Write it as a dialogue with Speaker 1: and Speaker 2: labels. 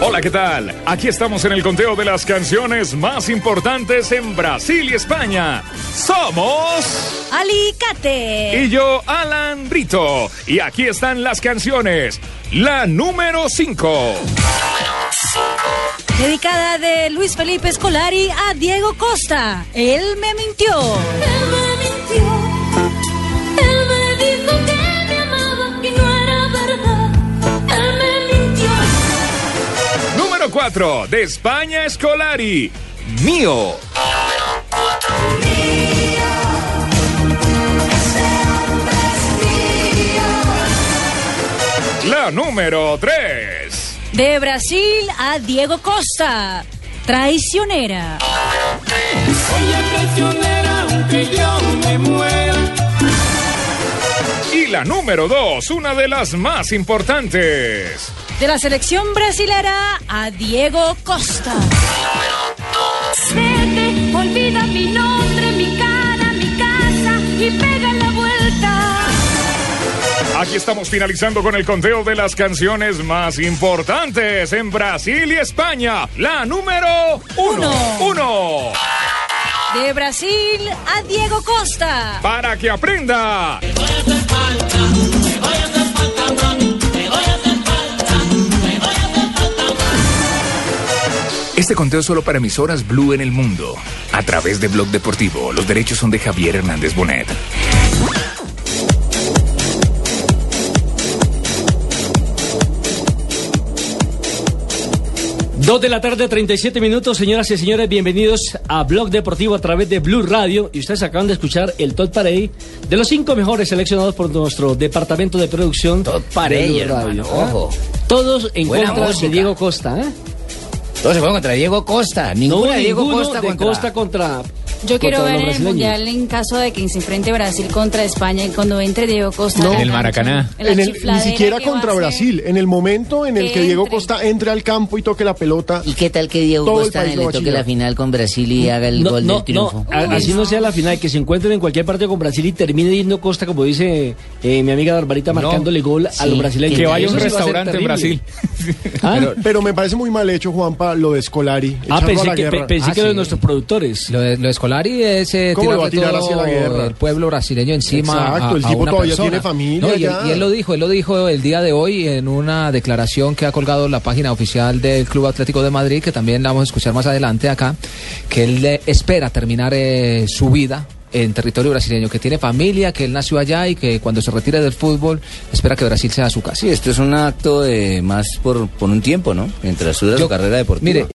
Speaker 1: Hola, ¿qué tal? Aquí estamos en el conteo de las canciones más importantes en Brasil y España. Somos
Speaker 2: Alicate.
Speaker 1: y yo, Alan Brito. Y aquí están las canciones. La número 5.
Speaker 2: Dedicada de Luis Felipe Scolari a Diego Costa. Él me mintió.
Speaker 3: Él me mintió, él me dijo que me amaba y no era verdad. Él me mintió,
Speaker 1: Número 4. De España Escolari. Mío. La número 3.
Speaker 2: De Brasil a Diego Costa. Traicionera.
Speaker 1: Y la número 2, una de las más importantes.
Speaker 2: De la selección brasilera a Diego Costa.
Speaker 3: vete, olvida mi nombre, mi cara, mi casa y pega la vuelta.
Speaker 1: Aquí estamos finalizando con el conteo de las canciones más importantes en Brasil y España. La número 1.
Speaker 2: Uno.
Speaker 1: 1.
Speaker 2: De Brasil a Diego Costa.
Speaker 1: Para que aprenda.
Speaker 4: Este conteo es solo para emisoras Blue en el mundo. A través de Blog Deportivo, los derechos son de Javier Hernández Bonet.
Speaker 5: Dos de la tarde, 37 minutos, señoras y señores, bienvenidos a Blog Deportivo a través de Blue Radio. Y ustedes acaban de escuchar el Top Parade de los cinco mejores seleccionados por nuestro departamento de producción.
Speaker 6: Top Parade,
Speaker 5: de Blue
Speaker 6: hermano,
Speaker 5: ¿ah?
Speaker 6: ojo.
Speaker 5: Todos en
Speaker 6: Buena
Speaker 5: contra
Speaker 6: música.
Speaker 5: de Diego Costa, ¿eh?
Speaker 6: Entonces fue contra Diego Costa.
Speaker 5: No
Speaker 6: Ninguna
Speaker 5: hubo
Speaker 6: de Diego
Speaker 5: ninguno
Speaker 6: Costa
Speaker 5: de
Speaker 6: contra.
Speaker 5: Costa contra.
Speaker 7: Yo quiero
Speaker 5: contra
Speaker 7: ver en
Speaker 5: los
Speaker 7: el
Speaker 5: brasileños.
Speaker 7: Mundial en caso de que se enfrente Brasil contra España y cuando entre Diego Costa.
Speaker 6: No.
Speaker 7: a la
Speaker 6: En el
Speaker 7: cancha,
Speaker 6: Maracaná.
Speaker 7: en la
Speaker 8: En el- ni
Speaker 7: chifladera
Speaker 8: siquiera
Speaker 7: que va
Speaker 8: contra
Speaker 7: a hacer.
Speaker 8: Brasil. En el momento en el que
Speaker 7: Que
Speaker 8: Diego
Speaker 7: entre.
Speaker 8: Costa entre al campo y toque la pelota.
Speaker 6: ¿Y qué tal que Diego
Speaker 8: Todo el
Speaker 6: Costa
Speaker 8: país
Speaker 6: le
Speaker 8: lo va a
Speaker 6: toque
Speaker 8: chillar.
Speaker 6: la final con Brasil y haga el
Speaker 5: No,
Speaker 6: gol
Speaker 5: no,
Speaker 6: del triunfo?
Speaker 5: no, a- así no sea la final, que se encuentren en cualquier parte con Brasil y termine yendo Costa, como dice eh, mi amiga Barbarita, marcándole gol a
Speaker 6: sí,
Speaker 5: los brasileños.
Speaker 6: que vaya a
Speaker 5: Eso
Speaker 6: un
Speaker 5: sí va a ser terrible. Ah,
Speaker 8: Pero me parece muy mal hecho, Juanpa, lo de Scolari.
Speaker 5: ah,
Speaker 8: echarlo a
Speaker 5: pensé
Speaker 8: la
Speaker 5: que, pe-
Speaker 8: guerra.
Speaker 5: pensé
Speaker 6: Ah,
Speaker 5: que lo de
Speaker 6: sí.
Speaker 5: nuestros productores.
Speaker 6: Lo, de Escolari es eh,
Speaker 8: ¿Cómo lo va a
Speaker 6: tirarle
Speaker 8: tirar hacia la guerra?
Speaker 6: el pueblo brasileño encima.
Speaker 8: Exacto,
Speaker 6: a-
Speaker 8: el
Speaker 6: a
Speaker 8: tipo
Speaker 6: una
Speaker 8: todavía
Speaker 6: persona.
Speaker 8: tiene familia
Speaker 6: No, y, él,
Speaker 8: ya.
Speaker 6: y él lo dijo, él lo dijo el día de hoy en una declaración que ha colgado la página oficial del Club Atlético de Madrid, que también la vamos a escuchar más adelante acá, que él eh, espera terminar eh, su vida en territorio brasileño, que tiene familia, que él nació allá y que cuando se retire del fútbol espera que Brasil sea su casa.
Speaker 4: esto es un acto de más por, por un tiempo, ¿no? Mientras dura
Speaker 6: Yo- mire,